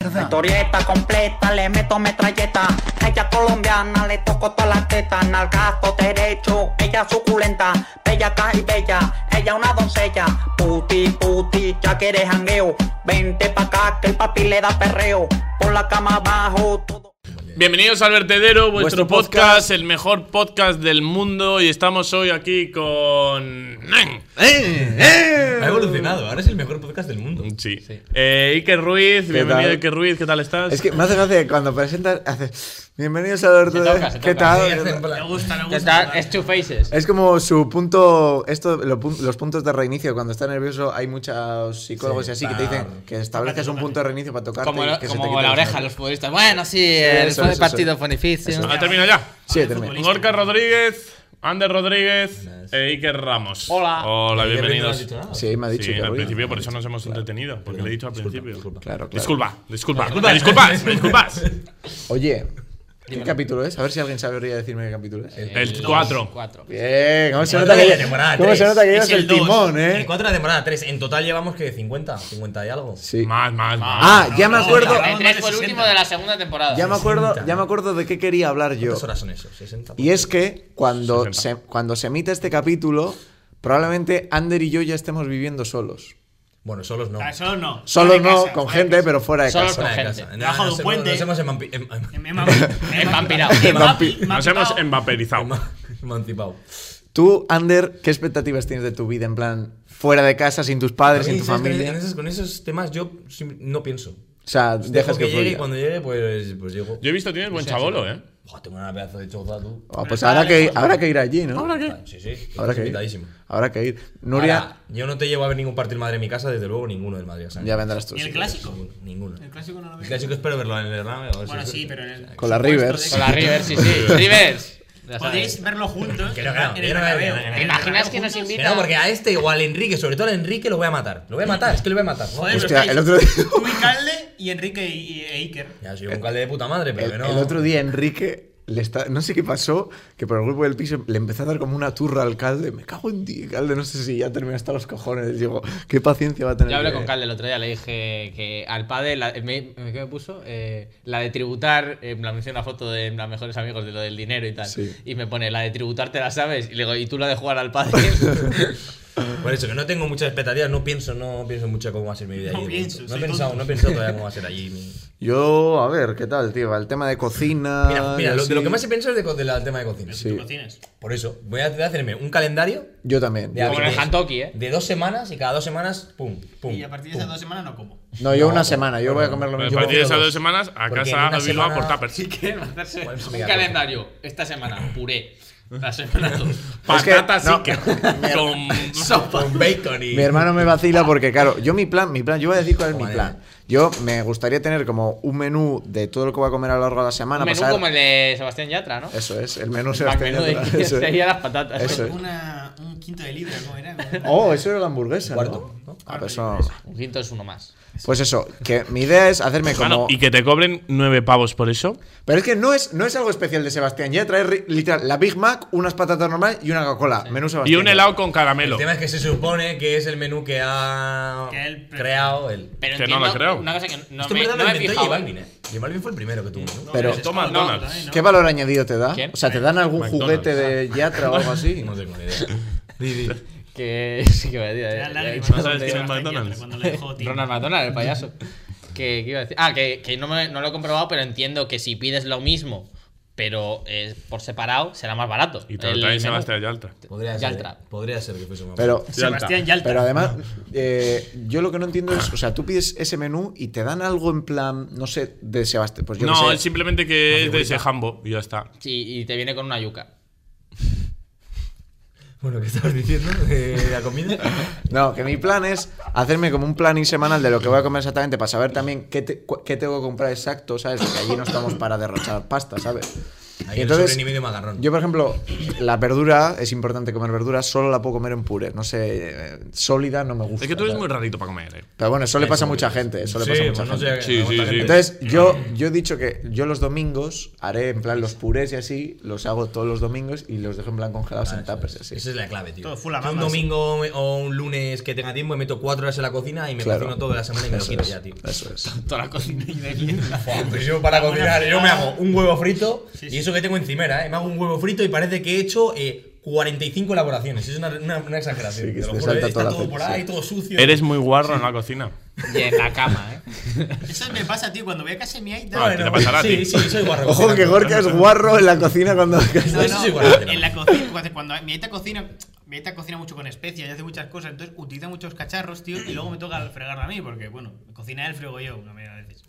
verdad. Historieta completa, le meto metralleta. Ella colombiana, le toco todas las tetas. Nalgazo derecho, ella suculenta. Bella y bella, ella una doncella. Puti, puti, ya que eres jangueo. Vente pa' acá que el papi le da perreo. Por la cama abajo, todo. Bienvenidos al vertedero, vuestro, Vuestro podcast, podcast. el mejor podcast del mundo. Y estamos hoy aquí con. Nan. ¡Eh! Ha ¡Eh! evolucionado, ahora es el mejor podcast del mundo. Sí. Eh, Iker Ruiz, bienvenido tal? Iker Ruiz, ¿qué tal estás? Es que me hace gracia que cuando presentas, haces. Bienvenidos al Alberto Se toca, se ¿Qué toca. tal? Sí, hace en plan- Está- es Two Faces. Es como su punto. Esto, lo pun- los puntos de reinicio. Cuando estás nervioso, hay muchos psicólogos y Sí, así que te dicen para- que estableces un punto de reinicio para tocarte. Como, y la- que se te como quite la el oreja de sabor. los futbolistas. Bueno, sí, el eso, eso, partido eso. fue difícil. Ah, termina ya. Sí, termina. Gorka Rodríguez, Ander Rodríguez e Iker Ramos. Hola. Hola, Ayer bienvenidos. no has dicho nada. Sí, me ha dicho Sí, que al ruido. principio, por eso nos hemos entretenido, porque le he dicho al principio. Claro, claro. Disculpa, disculpa, me disculpas, me disculpas. Oye, ¿qué capítulo es? A ver si alguien sabría decirme qué capítulo es. El 4. Cuatro. Bien, ¿cómo se Cuatro nota de que, la temporada cómo se tres. nota que Es llevas el, dos. timón, eh? El 4 de la temporada 3, en total llevamos que 50, 50 y algo. Sí. Más, más, más. Ah, ya me acuerdo. El tres de fue el 60. último de la segunda temporada. Ya me acuerdo, 60. ya me acuerdo de qué quería hablar yo. ¿Cuántas horas son eso? 60. Y es que cuando 60. se, cuando se emite este capítulo, probablemente Ander y yo ya estemos viviendo solos. Bueno, solos no. Ah, Fuera Solo no. Solos Fuera de no, casa, con fuera de gente, pero fuera de Solos casa. con de gente. casa. Debajo de un nos hemos- puente. Nos hemos emampi- em- em- Me he empa- me he Empampinado. Me he Empampi- empa- me he Nos hemos empapinado. empaperizado. ema- em- emancipado. Tú, Ander, ¿qué expectativas tienes de tu vida? En plan, fuera de casa, sin tus padres, A mí, sin tu ¿sabes? Con- familia. en esos- Con esos temas yo sim- no pienso. O sea, dejas Dejo que que llegue y fluya. cuando llegue, pues, pues llego. Yo he visto, tienes buen chabolo, ¿eh? Buah, tengo una pedazo de choza, tú. Ah, pues habrá que, habrá que ir allí, ¿no? Habrá que, Sí, sí. habrá que ir. invitadísimo. Habrá que ir. Nuria, Ahora, yo no te llevo a ver ningún partido del Madrid en mi casa, desde luego ninguno del Madrid. o sea, ya vendrás tú. ¿Y el sí. clásico? Ninguno. El clásico no lo El veo. clásico espero verlo en el Bernabéu. a ver Bueno, si- sí, pero en el. Con la Rivers. Con la Rivers, sí, sí. Rivers. Ya Podéis sabéis. verlo juntos. Que no, que no, en que el no, que Bernabéu. no, que no. ¿Te imaginas que nos Que no, invitan? porque a este o al Enrique, sobre todo al Enrique, lo voy a matar. Lo voy a matar, es que lo voy a matar. ¿no? Joder, Hostia, pero estáis el otro día- Tú y Calde y Enrique y, y- e Iker. Ya soy un calde de puta madre, pero El, que no. el otro día Enrique le está, no sé qué pasó, que por el grupo del piso le empezó a dar como una turra al calde. Me cago en ti, calde, no sé si ya termina hasta los cojones. Digo, qué paciencia va a tener. Yo hablé que- con Calde el otro día, le dije que al padre, la, me, me- ¿qué me puso? Eh, la de tributar, eh, en plan, me hizo una foto de en plan, mejores amigos de lo del dinero y tal. Sí. Y me pone, la de tributar te la sabes. Y le digo, ¿y tú la de jugar al padre? Por eso, que no tengo muchas expectativas, no pienso, no pienso mucho cómo va a ser mi vida No allí. de pienso, momento. soy no he pensado, tonto. no he pensado todavía cómo va a ser allí. mi- Yo, a ver, ¿qué tal, tío? El tema de cocina. Mira, mira, y lo, de lo así. que más he pensado es de co- del tema de cocina. Tú lo tienes. Por eso, voy a voy a hacerme un calendario Yo también. de yo- Como en el hábitos Hantoki, ¿eh? de dos semanas y cada dos semanas, pum, pum. Y a partir de pum. esas dos semanas no como. no, yo una semana, yo voy a comer lo A mismo. partir de yo- esas dos semanas, a porque en casa una a Bilbao semana- por tappers. que va a hacerse Bueno, pues eso me queda un calendario. Esta semana, puré. La semana dos. Es que- Patatas no. Iker. Con. Sopa. Con bacon y. Mi hermano me vacila porque, claro, yo mi plan, mi plan, yo voy a decir cuál es mi Joder. plan. Yo me gustaría tener como un menú de todo lo que voy a comer a lo largo de la semana. Un menú pasar- como el de Sebastián Yatra, ¿no? Eso es, el menú El se va a menú de extender, que eso es. sería las patatas. Eso es. Una, un quinto de libra, ¿cómo era? Oh, eso era la hamburguesa. Cuarto, ¿no? ¿no? Ah, pero eso- Un quinto es uno más. Pues eso, que mi idea es hacerme Claro, como. y que te cobren nueve pavos por eso. Pero es que no es, no es algo especial de Sebastián. Ya trae ri- literal la Big Mac, unas patatas normales y una Coca-Cola. Menú Y Sebastián. un helado con caramelo. El tema es que se supone que es el menú que ha Que él pre- creado él. Pero Que no entiendo lo creo. Una cosa que no Esto en me, verdad no lo me he inventó fijado. J Balvin, ¿eh? J Balvin fue el primero que tuvo, ¿no? Pero- Toma ¿eh? McDonald's. ¿Qué valor añadido te da? ¿Quién? O sea, ¿te dan algún McDonald's. juguete de Yatra o algo así? No tengo ni idea. Di, di. ¿eh? Que sí que me decía. Te eh, dan ya he lágrimas. dicho No sabes dónde- quién es Sebastián Yatra McDonald's. Cuando le dejó tío. Ronald McDonald, el payaso. que, que iba a decir. Ah, que, que no, me- no lo he comprobado, pero entiendo que si pides lo mismo, pero eh, por separado, será más barato. Y te lo el traen menú. Sebastián Yalta. Podría ser. Yaltra. Podría ser que fuese más. Pero, Sebastián Yalta. pero además, eh, yo lo que no entiendo es, o sea, tú pides ese menú y te dan algo en plan, no sé, de Sebastián. Pues yo qué No, sé. es simplemente que es de ese jambo y ya está. Sí, y te viene con una yuca. Bueno, ¿qué estabas diciendo de la comida? No, que mi plan es hacerme como un planning semanal de lo que voy a comer exactamente para saber también qué, te- cu- qué tengo que comprar exacto, ¿sabes? Porque allí no estamos para derrochar pasta, ¿sabes? Ahí Entonces, el sobre medio macarrón. Yo, por ejemplo, la verdura, es importante comer verdura, solo la puedo comer en puré. No sé, eh, sólida no me gusta. Es que tú eres ¿sabes? muy rarito para comer, eh. Pero bueno, eso le pasa a mucha gente. Eso le Sí, pasa a pues mucha no gente. sé, Sí, aguanta sí, gente. sí. Entonces, yo, yo he dicho que yo los domingos haré en plan los purés y así, los hago todos los domingos y los dejo en plan congelados en tuppers y así. Esa Ah, es la clave, tío. Todo full a Yo un mamas. domingo o un lunes que tenga tiempo me meto cuatro horas en la cocina y me Claro. cocino toda la semana y me lo Eso quito es, ya, tío. Eso es. Toda la cocina y de mierda. Buah, pues yo para cocinar, yo me hago un huevo frito Sí, sí. y eso que tengo encimera, ¿eh? me hago un huevo frito y parece que he hecho eh, 45 elaboraciones. Es una, una- una exageración. Sí, que te lo te juro, salta ¿eh? está toda la todo fecha, por ahí, sí. todo sucio. Eres muy guarro en la cocina. Y en la cama, ¿eh? Eso me pasa, tío, cuando voy a casa de mi aita. Ah, Bueno, te la pasará a sí, ti. sí, soy guarro. Ojo que Gorka es guarro en la cocina cuando. No, Eso no, es igual. en la cocina, cuando, cuando mi aita cocina, mi aita cocina mucho con especias y hace muchas cosas, entonces utiliza muchos cacharros, tío, y luego me toca fregarlo a mí, porque, bueno, cocina él, frego yo, una media veces.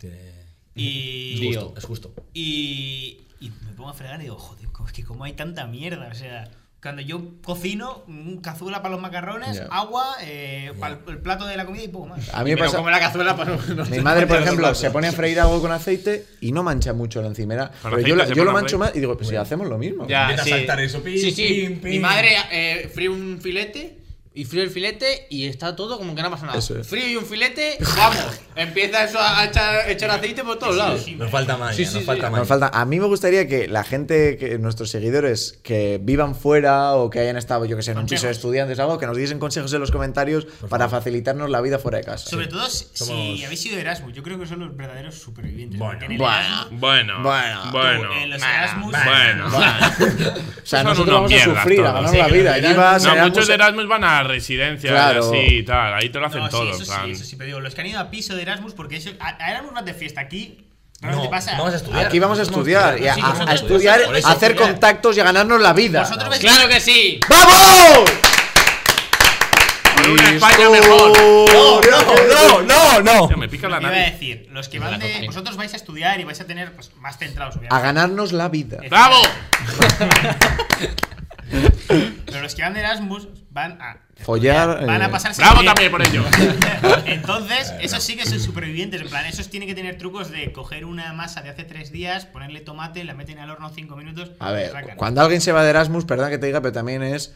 Y, Es Digo. justo, es justo. y, y me pongo a fregar y digo, joder, co- es que como hay tanta mierda, o sea... Cuando yo cocino, mm, cazuela para los macarrones, Ya. agua, eh, para el- el plato de la comida y poco más. A mí me Pero pasa. como la cazuela para no- Mi madre, por Otro ejemplo, plato. se pone a freír algo con aceite y no mancha mucho la encimera. Con Pero yo, aceite la- se yo lo pone a mancho freír. más y digo, pues si hacemos lo mismo. Ya, Intenta Ah, sí. saltar eso, pim, sí, sí. pim, Mi pim. madre eh, fríe un filete y fríe el filete y está todo como que no pasa nada. Eso es. Frío y un filete, vamos. empieza eso a echar, echar aceite por todos lanos. Nos falta más, Sí, nos sí, sí. falta Nos más. falta. A mí me gustaría que la gente, que nuestros seguidores que vivan fuera o que hayan estado, yo que sé, en un piso de Consejos. estudiantes o algo, que nos diesen consejos en los comentarios para facilitarnos la vida fuera de casa. Sobre todo si, Somos- si habéis sido Erasmus, yo creo que son los verdaderos supervivientes. Bueno. porque en el Bueno. Bueno. Bueno. Bueno. Tú, en los Nah, Erasmus. Bueno. o sea, son nosotros unos vamos a mierdas sufrir, a todos. ganarnos Sí, la que vida. los Allí de vas, No, Erasmus- muchos de Erasmus van a residencias Claro. y así y tal. Ahí te lo hacen No, sí, todo. eso en plan. sí, eso sí, pero digo, los que han ido a piso de Erasmus, porque eso, a, a Erasmus vas de fiesta aquí. No, No, te pasa. vamos a estudiar. Aquí vamos a estudiar, y a, Sí, a- vosotros a estudiar, por eso, a hacer estudiar. contactos y a ganarnos la vida. Vosotros vais- ¡Claro que sí! ¡Vamos! Por una España mejor. No, no, no, no, Tío, me pica la Lo que iba a nariz. decir, los que De la van de. cocina. Vosotros vais a estudiar y vais a tener pues, más centrados, A obviamente. ganarnos la vida. ¡Bravo! Pero los que van de Erasmus van a. Follar. Van eh, a pasarse. ¡Bravo bien. también por ello! Entonces, esos sí que son supervivientes. En plan, esos tienen que tener trucos de coger una masa de hace tres días, ponerle tomate, la meten al horno cinco minutos. A y ver, sacan. cuando alguien se va de Erasmus, perdón que te diga, pero también es.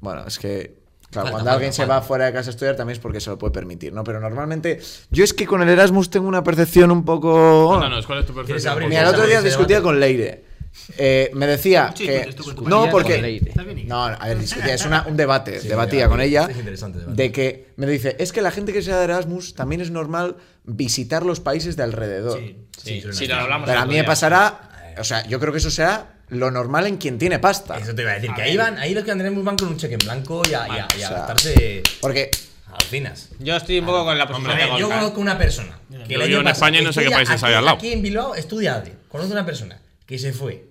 Bueno, es que. Claro, Falta, cuando falta, alguien se falta. va fuera de casa a estudiar también es porque se lo puede permitir, ¿no? Pero normalmente. Yo es que con el Erasmus tengo una percepción un poco. Cuéntanos, ¿cuál es tu ¿Quieres percepción? abrir? Mira, el otro día Ese discutía debate. con Leire. Eh, me decía Sí, que. pues, tú, pues, no, tú, compañera con porque. Leire. Estás bien, Iker. No, a ver, discutía, es una- un debate. Sí, debatía debate. con ella. Es interesante el debate. De que me dice, es que la gente que se va de Erasmus también es normal visitar los países de alrededor. Sí, Sí, sí, sí, lo hablamos. Pero a el mí otro me día. pasará. O sea, yo creo que eso será lo normal en quien tiene pasta. Eso te iba a decir, A que ver. ahí van, ahí los que andaremos van con un cheque en blanco y a, y a- y a o sea, gastarse Porque. alcinas. Yo estoy un poco con la A posición de ver, yo Gorka. conozco una persona. Que Yo el año vivo en pasado- España y no sé qué estudia países hay aquí- al lado. Aquí en Bilbao estudia ADE. Conozco una persona que se fue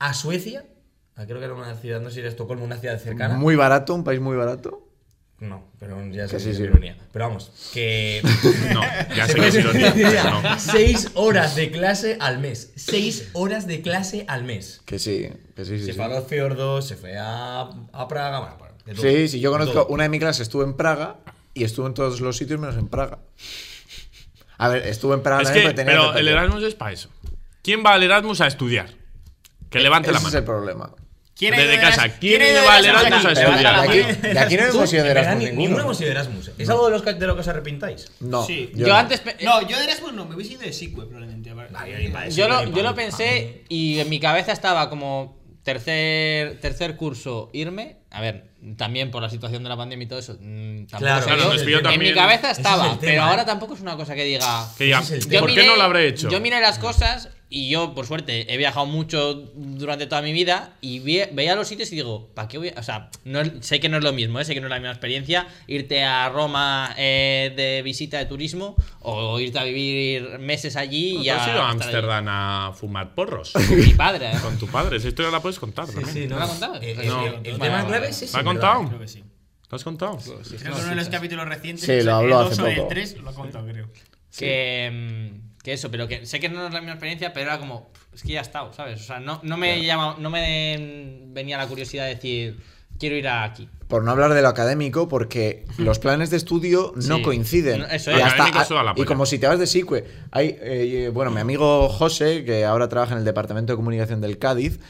a Suecia, a creo que era una ciudad, no sé si era Estocolmo, una ciudad cercana. Muy barato, un país muy barato. No, pero ya Que sé sí, que es sí. ironía. Pero vamos, que. No, ya Se sé que es fue- ironía, pero no. Seis horas de clase al mes. Seis horas de clase al mes. Que sí, que sí, sí. Se Sí, fue a los fiordos, se fue a, a Praga. Bueno, bueno, de todo. sí, sí, yo De conozco. todo. Una de mi clase estuvo en Praga y estuvo en todos los sitios menos en Praga. A ver, estuvo en Praga Es también, que, pero pues tenía pero que el Erasmus es para eso. ¿Quién va al Erasmus a estudiar? Que levante Ese la es el mano. problema. ¿Quién ha ido Desde de casa, Erasmus? ¿quién ha ido de va al Erasmus a aquí? Pero de, estudiar? aquí, de aquí no Tú, hemos ido de en verdad, Erasmus ni- ninguno. ninguno hemos ido de Erasmus. Es algo de, los que- de lo que os arrepentáis. No, Sí. Yo, no. antes. pe- eh, No, yo de Erasmus no, me hubiese ido de Sicue probablemente. Vale, ni para eso, Yo ni lo, para yo mí. lo pensé y en mi cabeza estaba como tercer, tercer curso irme. A ver, también por la situación de la pandemia y todo eso. mm, tampoco Claro, se claro, dio. nos pilló En mi también- cabeza Ese es estaba, el tema, pero ¿eh? ahora tampoco es una cosa que diga. Que ya, Ese es el Yo Este, ¿Por qué miré- no lo habré hecho? Yo miré las cosas y yo, por suerte, he viajado mucho durante toda mi vida y ve- veía los sitios y digo, ¿para qué voy? a-?" O sea, no es- sé que no es lo mismo, ¿eh? sé que no es la misma experiencia irte a Roma eh, de visita de turismo o irte a vivir meses allí y ¿Tú has ido a estar allí. Ámsterdam a fumar porros? Con mi padre, ¿eh? Con tu padre, esa historia la puedes contar también. ¿No la ha contado? Eh, eh, No. el- El Vale, tema vale. clave es ese, ¿La ha en verdad. contado? Creo que sí. ¿Lo has contado? Creo que en uno de los capítulos recientes, Sí, o sea, lo habló el hace dos o el poco. tres, lo ha contado, creo. Que, mm, que eso, pero que sé que no es la misma experiencia, pero era como, es que ya he estado, ¿sabes? O sea, no, no me llama, no me mm, venía la curiosidad de decir, quiero ir a aquí. Por no hablar de lo académico, porque los planes de estudio no Sí. coinciden. No, eso y, es. Académico eso a la y polla. como si te vas de SICUE. Hay, eh, eh, bueno, mi amigo José, que ahora trabaja en el Departamento de Comunicación del Cádiz,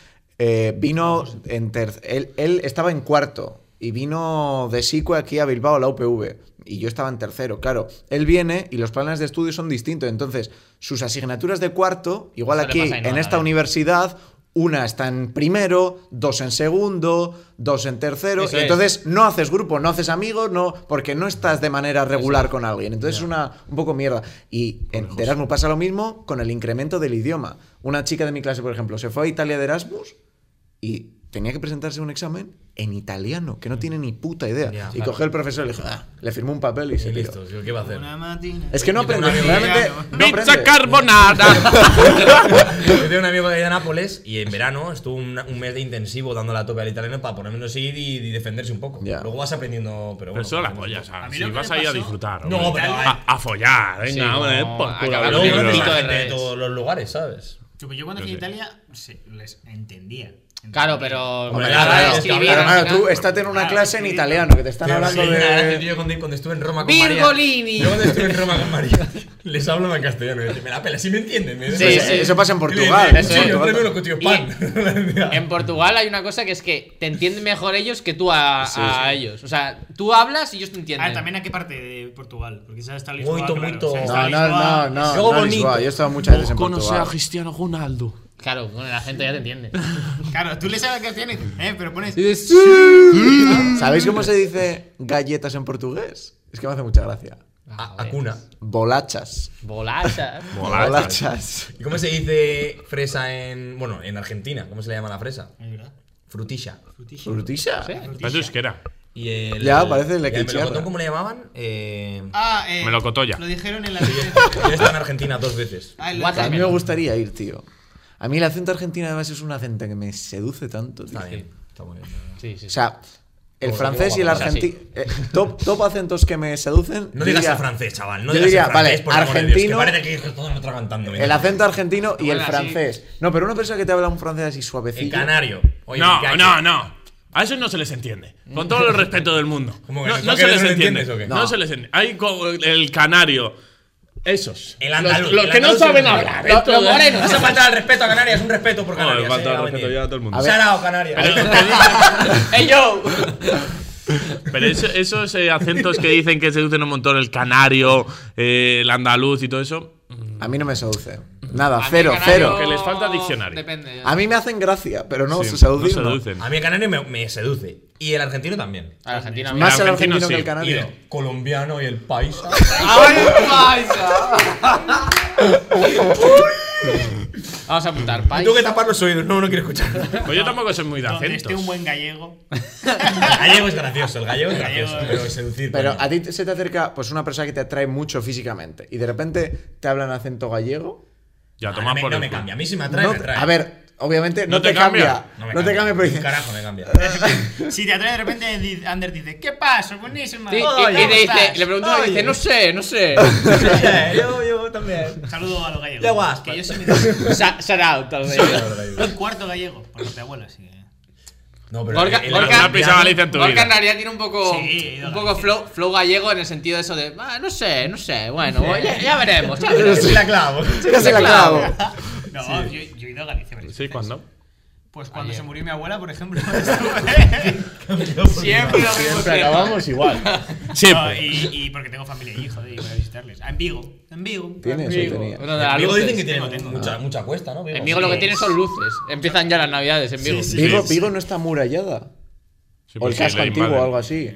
eh, vino en ter- él, él estaba en cuarto y vino de SICUE aquí a Bilbao, a la UPV. Y yo estaba en tercero, claro. Él viene y los planes de estudio son distintos. Entonces, sus asignaturas de cuarto, igual Eso le aquí, pasa a en Ainhoa, esta ¿eh? universidad, una está en primero, dos en segundo, dos en tercero. Eso y es. entonces no haces grupo, no haces amigos, no, porque no estás de manera regular con alguien. Entonces es una un poco mierda. Y en de Erasmus pasa lo mismo con el incremento del idioma. Una chica de mi clase, por ejemplo, se fue a Italia de Erasmus y tenía que presentarse a un examen en italiano, que no tiene ni puta idea. Ya, y claro. cogió el profesor y le dijo, "Ah", le firmó un papel y se Y piró. listo, ¿qué va a hacer? Una matina. Es que no Yo tengo aprende, un amigo realmente italiano. no ¡Pizza aprende. carbonara! Yo tengo un amigo que es de Nápoles y en verano estuvo un, un mes de intensivo dando la tope al italiano para por lo menos ir y, y defenderse un poco. Ya. Luego vas aprendiendo, pero Pero bueno. pues, eso es la como- polla, o sea, A mí si lo que vas me ahí a pasó- disfrutar, No, hombre. pero- A, a follar, venga, Sí, hombre, como por culo. acabar Luego abrir un conoces libros. ratito. gente de de redes. todos los lugares, ¿sabes? Yo, pues yo cuando Yo fui a sé. Italia sí, les entendía. Entendía. Ah, Claro, pero. Hombre, pero claro, para claro, escribir, claro, al hermano, final- tú estás en una Claro, clase en escribir. italiano, que te están Tío, hablando sí, una gracia, tío, de... yo cuando, cuando estuve en Roma con Virgolini. María. Yo cuando estuve en Roma con María, les hablo en castellano. y dice, me la pela, si me entienden. me- Sí, Eso- sí. Eso pasa en Portugal. Sí, en eso sí, es. yo Portugal. traigo los cuchillos pan. En Portugal hay una cosa que es que te entienden mejor ellos que tú a, a ellos. O sea, tú hablas y ellos te entienden. Ah, también a qué parte de Portugal, porque sabes está Lisboa. Muito, claro, muito. o sea, está No, no, no, Lisboa, no. Luego no, bonito. Lisboa, Yo he estado muchas veces en Portugal. Cristiano Ronaldo. Claro, con el acento ya te entienden. Claro, tú le sabes que tienes, eh, pero pones. ¿Sabéis cómo se dice galletas en portugués? Es que me hace mucha gracia. Ah, A a cuna. Bolachas. Bolachas. Bolachas. ¿Y cómo se dice fresa en. Bueno, en Argentina? ¿Cómo se le llama la fresa? Es verdad. Frutilla. ¿Frutilla? Sí. Eso es que era. Y el, Ya, parece la y el quichea. melocotón, ¿Cómo le llamaban? Eh, Ah, eh. Melocotoya. Lo dijeron en la. Yo he estado en Argentina dos veces. Ah, en la- A Guatemala. mí me gustaría ir, tío. A mí el acento argentino además es un acento que me seduce tanto. tío. Está bien, está muy bien. Sí, sí, O sí. sea, el Como francés y el digo, vamos, argentino... top, top acentos que me seducen. No yo digas diría el francés, chaval. No yo digas diría, el francés, vale, por el amor de Dios, argentino- que parece que todos nos tragantando. El acento argentino y el Bueno, sí. francés. No, pero una persona que te habla un francés así El suavecillo. canario. Oye, No, gallo. no, no. A eso no se les entiende. Con todo el respeto del mundo. ¿Cómo No, que no? no ¿Tú se que les no lo entiende. entiendes o qué? No. se les entiende. Hay co- el canario. Esos. El Los- andaluz. Los, el que no andaluz saben es un- hablar. Los- esto los de- morenos. No se falta el respeto a Canarias, un respeto por Canarias. eh, No, falta el respeto ya a todo el mundo. A ver. Sarao, Canarias. ¡Ey, yo! Pero eso- esos eh, acentos que dicen que seducen un montón, el canario, eh, el andaluz y todo eso. A mí no me seduce. Nada, A mí cero, el canario- cero. Que les falta diccionario. ¿eh? Depende. A mí me hacen gracia, pero no sí, se seducir. no no. seducen. A mí el canario me, me seduce. Y el argentino también. A Argentina. Más El el argentino argentino que sí. el Y canario. el colombiano y el paisa. ¡Ay, paisa! Vamos a apuntar, paisa. Tengo que tapar los oídos, no, no quiero escuchar. Pues yo tampoco soy muy de Donde este esté un acentos. buen gallego. El gallego es gracioso, el gallego es Gallego gracioso. es- Pero seducir. Pero coño. a ti te- se te acerca pues una persona que te atrae mucho físicamente y de repente te hablan acento gallego. Ya, no, toma me, por no el me culo. cambia. A mí sí me atrae, No me te- atrae. a ver, obviamente no, No te, te cambia. No me No te pues. cambia. cambia, pero Un dices, Carajo, me cambia. Si te atrae de repente, di- Ander dice: ¿Qué pasa, buenísima? Sí, y- ¿Cómo y, te dice, estás?". le pregunto y dice, no sé, no sé. yo, yo también. Saludo a los gallegos. Ya guas, Que yo pa- sí me Sa- Shout out, tal vez. un cuarto gallego, porque te abuela, ¿eh? así que. No, pero Gorka, el- el- Gorka- Una pisada Galicia en tu Gorka en vida. realidad tiene un poco, Sí, he ido a un poco Galicia. flow, flow gallego en el sentido de eso de, ah, no sé, no sé, bueno, ya, ya veremos. ya veremos. Sí, la clavo. casi la clavo. No, yo, yo he ido a Galicia. varias Sí, veces. cuando. Pues cuando Ayer. se murió mi abuela, por ejemplo. estuve- Siempre lo mismo tema. igual. No, Siempre. y, y porque tengo familia allí, joder, y voy a visitarles. Ah, En Vigo. En Vigo. Tienes, Amigo, yo tenía. bueno, de las Amigo luces. dicen que tiene Tengo, tengo. mucha, mucha cuesta, ¿no? En Vigo lo que tiene son luces. Empiezan ya las navidades en Vigo. sí. Vigo, Vigo no está amurallada. Sí, o el pues sí, casco le antiguo invaden. o algo así.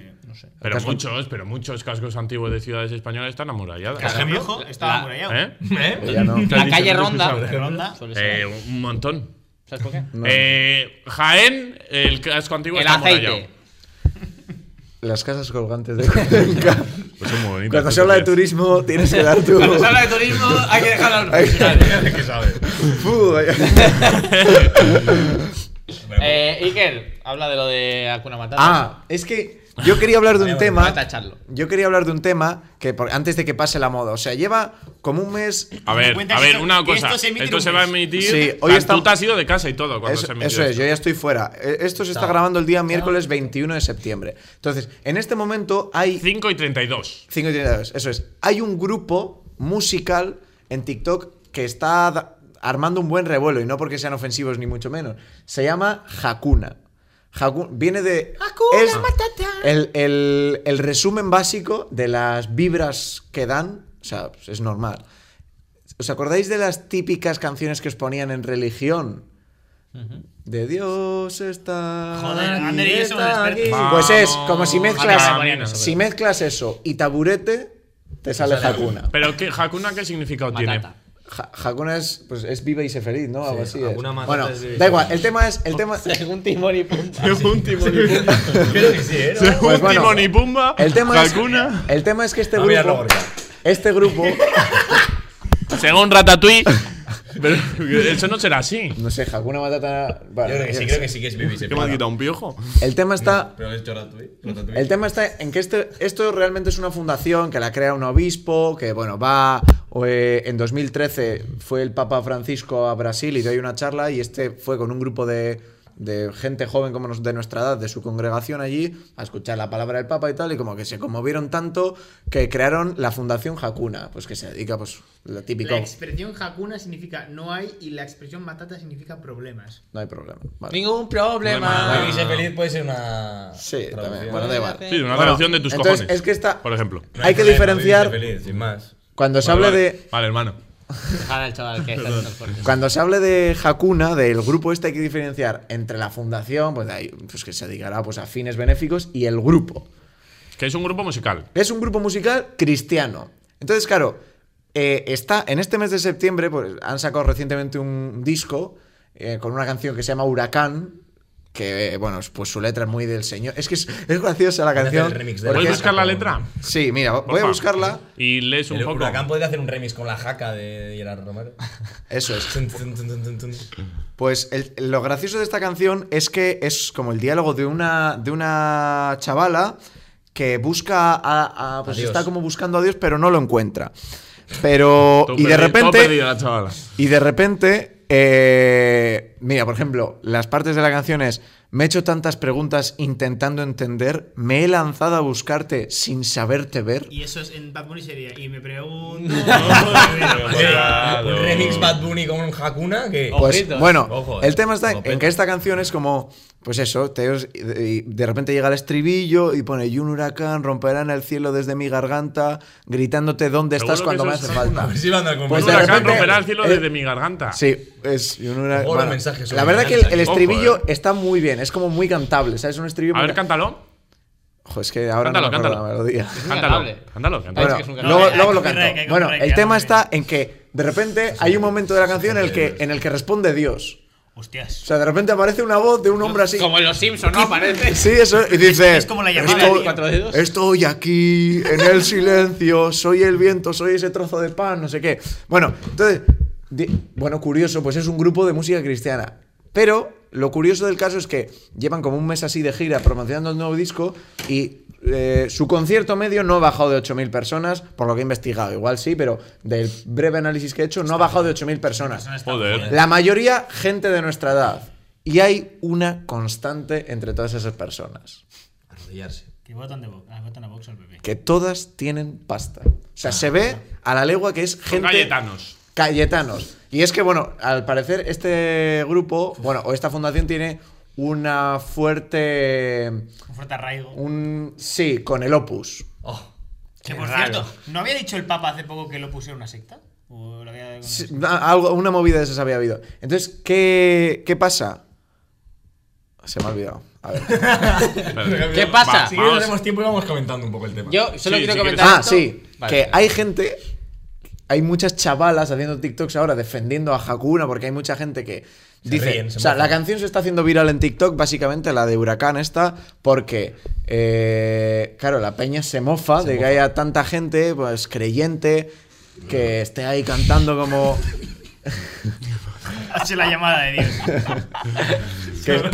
Pero Casco- muchos, pero muchos cascos antiguos de ciudades españolas están amuralladas. Casco Viejo estaba la- amurallado. ¿Eh? ¿Eh? Ya no. La calle Ronda. De Ronda. Suele ser. Eh, un montón. ¿Sabes por qué? No. Eh, Jaén, el casco antiguo El está aceite. amurallado. Las casas colgantes de Cuenca. Pues es muy bonito. Cuando se habla de turismo, tienes que dar tu. Cuando se habla de turismo hay que dejarlo al ¿Qué sabes? Fu, vaya. Pero- Eh, Iker, habla de lo de Hakuna Matata. Ah, es que yo quería hablar de Vale, un bueno, tema. voy a tacharlo. Yo quería hablar de un tema que por- antes de que pase la moda. O sea, lleva como un mes. A ver, Cuenta a que ver, esto- una que cosa. esto Esto se, se emite en un va a mes. emitir. Sí, Sí, hoy está- Tú te has ido de casa y todo cuando Eso, se emitió. eso es, esto. yo ya estoy fuera. Eh, Esto se está Chao. grabando el día miércoles 21 de septiembre. Entonces, en este momento hay 5 y 32. 5 y 32, eso es. Hay un grupo musical en TikTok que está da- armando un buen revuelo y no porque sean ofensivos ni mucho menos. Se llama Hakuna. Haku- viene de. es El, el- el resumen básico de las vibras que dan. O sea, pues es normal. ¿Os acordáis de las típicas canciones que os ponían en religión? De Dios está. Joder, aquí, Ander y eso me está desperté. aquí. Pues es, Vamos, como si Hakuna. mezclas, si mezclas eso y taburete, te sale Hakuna. Pero ¿qué, Hakuna, ¿qué significado Patata. Ja- Hakuna es, pues, es viva y se feliz, ¿no? Algo así. es. Hakuna Matata Bueno, es viva y da sé igual, el tema es. El tema, Según Timón y Pumba. tiene? Según Timón y Pumba. Creo que sí, ¿eh? ¿No? Según Pues bueno, Timón y Pumba. el tema es, Hakuna. el tema es que este Ah, mira, no, grupo. Gorka. Este grupo. Según Ratatouille. Pero eso no será así. No sé, Hakuna Matata. Yo bueno, creo que yo qué sí, creo sé. que sí que es BBC. ¿Qué me has quitado un piojo? El tema está. Pero es Choratui. El tema está en que este, esto realmente es una fundación que la crea un obispo, que bueno, va o, eh, en 2013 fue el Papa Francisco a Brasil y dio ahí una charla y este fue con un grupo de, de gente joven como nos- de nuestra edad, de su congregación allí, a escuchar la palabra del Papa y tal, y como que se conmovieron tanto que crearon la Fundación Hakuna, pues que se dedica pues lo típico, La expresión Hakuna significa no hay y la expresión Matata significa problemas. no hay problema. vale. Ningún problema. Vivi feliz puede ser una. Sí, también. traducción. Bueno, da igual. Sí, una Bueno, traducción de tus entonces, cojones. es que esta- Por ejemplo. No hay que problema, Vivi diferenciar feliz, sin más. cuando se Vale, habla vale. de Vale, hermano. Dejad al chaval que está haciendo el corte. Cuando se hable de Hakuna, del grupo este, hay que diferenciar entre la fundación, pues, ahí, pues, que se dedicará pues, a fines benéficos, y el grupo. Que es un grupo musical. Es un grupo musical cristiano. Entonces, claro, eh, está en este mes de septiembre, pues han sacado recientemente un disco eh, con una canción que se llama Huracán. Que, eh, bueno, pues su letra es muy del señor. Es que es, es graciosa la Van a hacer canción. el remix de porque ¿Puedes Porque- buscar la letra? es- Sí, mira, voy a Porfa. buscarla. Y lees un El poco. huracán podría hacer un remix con la jaca de Gerard Romero. Pues, Eso es. Tun, tun, tun, tun, tun, tun. Pues el- lo gracioso de esta canción es que es como el diálogo de una, de una chavala que busca a, a- pues A Dios. está como buscando a Dios pero no lo encuentra. Pero Todo y de perdido, todo perdido, repente la chavala. y de repente eh, mira por ejemplo las partes de la canción es me he hecho tantas preguntas intentando entender me he lanzado a buscarte sin saberte ver Y eso es en Bad Bunny sería. Y me pregunto. Eh, Un remix Bad Bunny con un Hakuna que. Oh. Pues, Ojitos. bueno, Ojo, eh. el tema está en- en Ojitos. que esta canción es como, pues eso, te, os- y de- y de repente llega el estribillo y pone, y un huracán romperá en el cielo desde mi garganta, gritándote dónde Seguro estás que cuando eso me es hace una- A falta. ver si va a andar con Pues Un de huracán repente- romperá el cielo eh, desde mi garganta. Sí, es y un huracán. Ojo, los mensajes la verdad que el, subliminales el ahí. Ojo, estribillo eh. está muy bien, es como muy cantable, ¿sabes? Un estribillo A muy ver, can- cántalo. Ojo, es que ahora no me Cántalo, acuerdo la melodía. Cántalo. cantable. Cántalo, Ahí sí cántalo. Bueno, que es un luego, cantante. luego lo Hay copyright, canto. hay Bueno, copyright, el ya, tema hombre. está en que de repente hay un momento de la canción en el que, en el que responde Dios. O Hostias. sea, de repente aparece una voz de un hombre así. Como en los Simpsons, ¿no? Parece. Sí, eso. Y dice. Es como la llamada de Estoy, cuatro dedos". estoy aquí, en el silencio, soy el viento, soy ese trozo de pan, no sé qué. Bueno, entonces. di- bueno, curioso, pues es un grupo de música cristiana. Pero lo curioso del caso es que llevan como un mes así de gira promocionando el nuevo disco y. eh, su concierto medio no ha bajado de 8.000 personas, por lo que he investigado, igual sí, pero del breve análisis que he hecho, no ha bajado de 8.000 personas. Joder. La mayoría gente de nuestra edad. Y hay una constante entre todas esas personas. Arrodillarse. Que votan, de Vox- ah, votan a Vox al PP. Que todas tienen pasta. O sea, se ve a la legua que es gente... Cayetanos. Cayetanos. Y es que, bueno, al parecer este grupo, bueno, o esta fundación tiene una fuerte... Un fuerte arraigo. Un... Sí, con el opus. Oh. que qué por raro. cierto, ¿no había dicho el Papa hace poco que lo pusiera una secta? ¿O lo había Sí, a- algo, una movida de esas había habido. Entonces, ¿qué, qué pasa? Se me ha olvidado. A ver. ¿Qué pasa? Si quieres, Vamos. tenemos tiempo y vamos comentando un poco el tema. Yo solo Sí, quiero si comentar. Ah, esto. sí. Vale, que vale. hay gente, hay muchas chavalas haciendo TikToks ahora defendiendo a Hakuna porque hay mucha gente que dice, ríen, se o sea, mofan. la canción se está haciendo viral en TikTok, básicamente la de Huracán esta, porque eh, claro, la peña se mofa de que haya tanta gente, pues creyente que esté ahí cantando como es la llamada de Dios. Eh,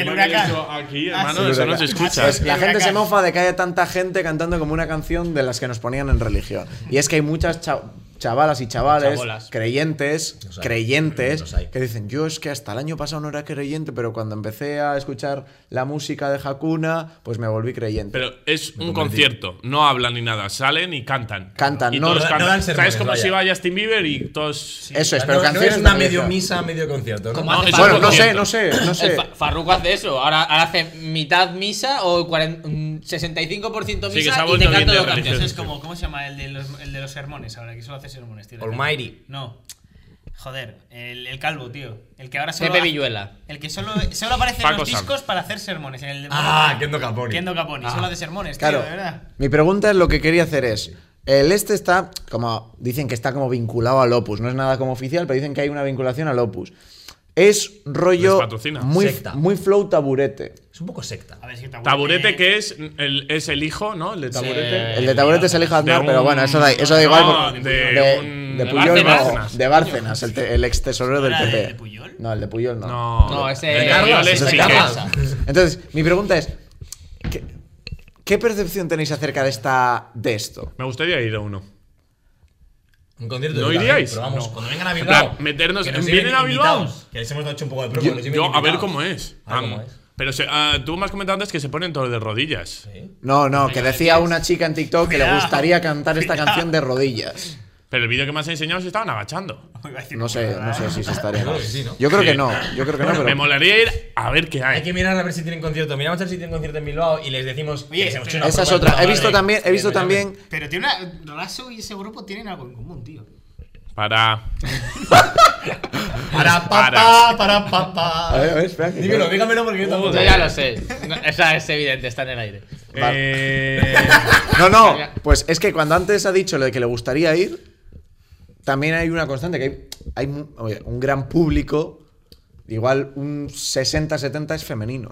El huracán. Aquí, Ah, hermano, sí. eso no se escucha. Ah, Es- la El gente se huracán. mofa de que haya tanta gente cantando como una canción de las que nos ponían en religión. Y es que hay muchas cha- chavalas y chavales, Chabolas. creyentes, Los hay. creyentes, Los hay. que dicen, yo es que hasta el año pasado no era creyente, pero cuando empecé a escuchar la música de Hakuna, pues me volví creyente. Pero es un concierto, no hablan ni nada, salen y cantan. Cantan, Y no- todos no- no cantan. dan sermones, ¿Sabes como vaya. si iba a Justin Bieber y todos. Eso es, No- pero no, canciones es una de medio religión. misa, medio concierto. ¿no? Como hace es un Bueno, no concierto. sé, no sé, no sé. El Fa- Farruko hace eso. Ahora, ahora hace mitad misa o 40 mm, 65% misa Sí, que se ha y te vuelto bien canta de dos religión. Eso es canciones. como, ¿cómo se llama el de los, el de los sermones ahora? Que solo hace sermones, tío. Almighty. No. Joder, el, el calvo, tío. El que ahora solo. Pepe ha- Villuela. El que solo, solo aparece en Paco los Sanz. discos para hacer sermones. En el de- Ah, Kendo Caponi. Ah. Kendo Caponi, solo hace sermones, tío, Claro, de verdad. mi pregunta es lo que quería hacer es, el este está, como dicen que está como vinculado al Opus, no es nada como oficial, pero dicen que hay una vinculación al Opus. Es rollo Les patrocina. muy, Secta. muy flow taburete. Es un poco secta. A ver, si Taburete que es el, es el hijo, ¿no? El de taburete. El de taburete es el hijo de De Aznar, pero un- bueno, eso da, eso da igual. no, con- de un- de de Puyol Bárcenas. no, de Bárcenas, el, te- el ex tesorero del ¿No era PP. el de Puyol? No, el de Puyol no. No, No, ese- el de Carlos, Puyol es ese Piqué. Carlos. Entonces, mi pregunta es, ¿qué, qué percepción tenéis acerca de, esta, de esto? Me gustaría ir a uno. Un concierto ¿No de Bilbao, iríais? Pero vamos, No. cuando vengan a En Bilbao. plan, meternos- que nos ¿vienen lleven a Bilbao? invitados, Que les hemos hecho un poco de promo. que nos lleven Yo, a ver invitados. cómo es. A ver Ah, cómo Am- es. Pero se- ah, tú me has comentado antes que se ponen todos de rodillas. Sí. No, no, que decía una chica en TikTok que le Cuidado. gustaría cantar esta Cuidado. canción de rodillas. Pero el vídeo que me has enseñado se estaban agachando. No sé, no sé si se estaría. Yo creo que sí, ¿no? Yo creo que Sí. no, yo creo que no, Me pero. molaría ir a ver qué hay. Hay que mirar a ver si tienen concierto. Miramos a ver si tienen concierto en Bilbao y les decimos. Oye, que les hemos hecho pero- una Esa es propuesta, otra. He ¿vale? visto también, he visto Bien, bien, también. Pero tiene una. Raso y ese grupo tienen algo en común, tío. Para. bien. Para Para. papá, para A ver, a papá. ver, espera. que- Dímelo, dígamelo porque yo tampoco. Yo ya lo sé. No, esa es evidente, está en el aire. Eh, No, no. Pues es que cuando antes ha dicho lo de que le gustaría ir, también hay una constante, que hay, hay un- oye, un gran público, igual un 60-70 es femenino.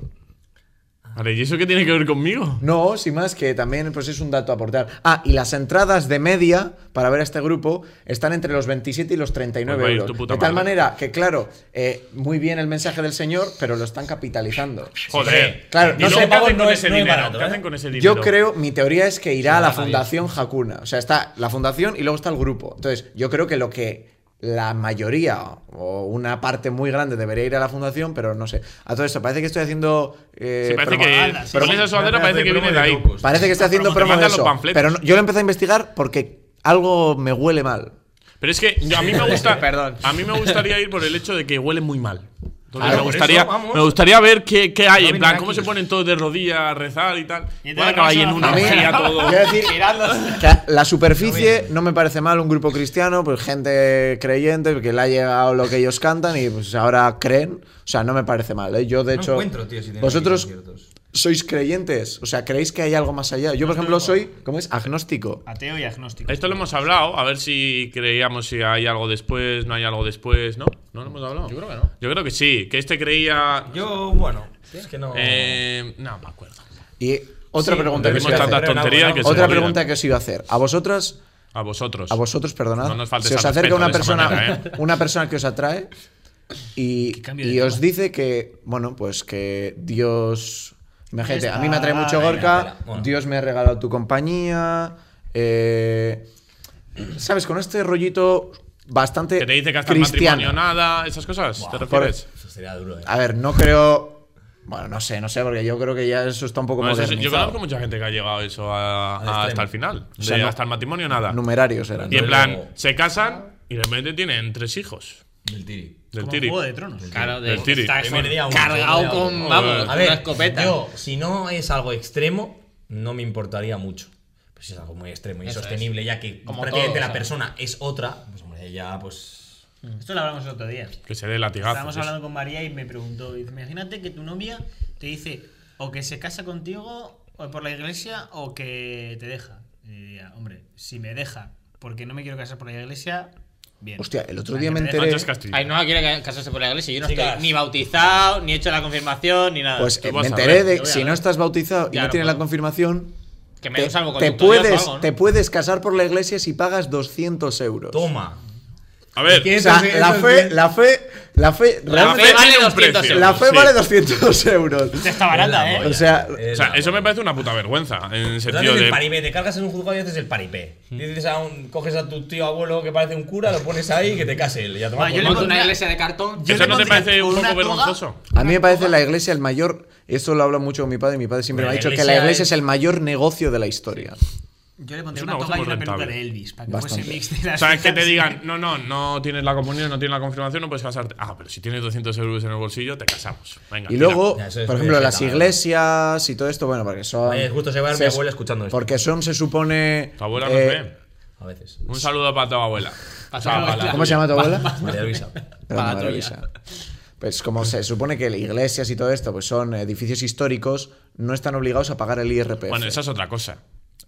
vale, ¿y eso qué tiene que ver conmigo? No, sin más que también pues es un dato a aportar. Ah, y las entradas de media para ver a este grupo están entre los 27 y los 39 Pues va a ir euros. tu puta De tal madre. manera que, claro, eh, muy bien el mensaje del señor, pero lo están capitalizando. Joder. ¿Y Claro, no luego sé, ¿Qué hacen no con es- ese no es dinero? barato, ¿Qué ¿eh? hacen con ese dinero? Yo creo, mi teoría es que irá a la van a ir. Fundación Hakuna. O sea, está la Fundación y luego está el grupo. Entonces, yo creo que lo que la mayoría o una parte muy grande debería ir a la Fundación, pero no sé. A todo esto, parece que estoy haciendo. eh, Sí, parece promo- propaganda, sí. que. Con esa sudadera Promo- parece que viene de ahí. Locos. Parece que estoy haciendo Te promo de mandan los eso. panfletos. Pero no- yo lo empecé a investigar porque algo me huele mal. Pero es que yo- a mí me gusta. Perdón. A mí me gustaría ir por el hecho de que huele muy mal. Entonces Ah, me por gustaría, eso, vamos. me gustaría ver qué, qué hay, No en vienen plan, cómo aquí. se ponen todos de rodillas a rezar y tal. Y entonces Puede acabar ahí en vamos a una A mí, orgía todo. quiero decir que la superficie no me parece mal, un grupo cristiano, pues gente creyente, que le ha llegado lo que ellos cantan y pues ahora creen. O sea, no me parece mal, ¿eh? Yo, de No hecho, encuentro, tío, si tienen vosotros conciertos. sois creyentes, o sea, creéis que hay algo más allá. Yo, por ejemplo, soy, ¿cómo es? Agnóstico. Ateo y agnóstico. Esto lo hemos hablado, a ver si creíamos si hay algo después, no hay algo después, ¿no? No lo hemos hablado. Yo creo que no. Yo creo que sí, que este creía. Yo, bueno, es que no. Eh, no me acuerdo. Y otra Sí, pregunta que os Tenemos iba a tantas hacer. Pero no, tonterías no. que se Otra me olvidan. pregunta que os iba a hacer. ¿A vosotros A vosotros. A vosotros, perdonad. No nos faltes se os al acerca respeto una de esa persona, manera, ¿eh? una persona que os atrae y, cambio de y tema. os dice que, bueno, pues que Dios. Imagínate, a mí me atrae mucho Ay, Gorka, mira, bueno. Dios me ha regalado tu compañía. eh, ¿Sabes? Con este rollito bastante. Que te dice que hasta cristiano. el matrimonio nada, esas cosas, ¿te refieres? Eso sería duro, Ah. eh. A ver, no creo. Bueno, no sé, no sé, porque yo creo que ya eso está un poco Bueno, eso sí, yo modernizado. conozco mucha gente que ha llegado a eso a- Al a- extremo. hasta el final. O sea, De no- hasta el matrimonio nada. Numerarios eran. Y en Yo plan, luego- se casan y de repente tienen tres hijos. Del tiri. Del Como tiri. Juego de Tronos. Claro, de, El tiri. está Primer día uno, cargado segundo día con, otro. vamos, A ver, una escopeta. Yo, si no es algo extremo, no me importaría mucho. Pero si es algo muy extremo y Eso sostenible, ya que Como prácticamente la todo, o sea. persona es otra, pues hombre, ya pues. Esto lo hablamos el otro día. Que se dé latigazo. Estábamos hablando con María y me preguntó, dice, imagínate que tu novia te dice o que se casa contigo o por la iglesia o que te deja. Y diría, hombre, si me deja porque no me quiero casar por la iglesia, bien. Hostia, el otro La día que me deja- enteré- Antes Castillo. Ay, no quiere ca- casarse por la iglesia. Yo no Chicas. estoy ni bautizado, ni he hecho la confirmación, ni nada. Pues Tú eh, vas me a enteré ver, de yo que voy a si no ver. estás bautizado y Ya, no no tienes la puedo. confirmación, que me dé te, un salvo te conducto, Dios, o puedes, algo, ¿no? te puedes casar por la iglesia si pagas 200 euros. Toma. A ver, O sea, la fe, la fe, la fe, La realmente- tiene fe vale un 200 precio. euros. la fe sí. vale 200 euros. Está barata, Es la ¿eh? O sea, polla. o sea, eso me parece una puta vergüenza. En el Entonces sentido el de. paripé, te cargas en un juzgado y haces el paripé. Dices a un, coges a tu tío abuelo que parece un cura, lo pones ahí y que te case él. y a tomar Bueno, por yo le culo. pondría- Monta una iglesia de cartón. Yo ¿Eso le no te pondría parece un una poco toga- vergonzoso? a mí me parece la iglesia el mayor. Esto lo habla mucho con mi padre. Mi padre siempre me Pero ha la dicho que la iglesia iglesia es- es el mayor negocio de la historia. Yo le Es pondría una una voz toga y muy una peluca rentable. de Elvis para que Bastante. fuese mix de las ¿Sabes que citas. te digan, no, no, no tienes la comunión, no tienes la confirmación, no puedes casarte? Ah, pero si tienes 200 euros en el bolsillo, te casamos. Venga, Y tira. luego, Ya, eso es por ejemplo, muy las destacado. iglesias y todo esto, bueno, porque son. Eh, justo se va a ver mi se- abuela escuchando esto. Porque son, se supone. Tu abuela eh, nos ve. A veces. Un saludo para tu abuela. O sea, para la ¿Cómo se llama tu abuela? María Luisa. Perdón, Para la María tuya. Luisa. Pues como se supone que iglesias y todo esto pues son edificios históricos, no están obligados a pagar el IRPF. Bueno, esa es otra cosa.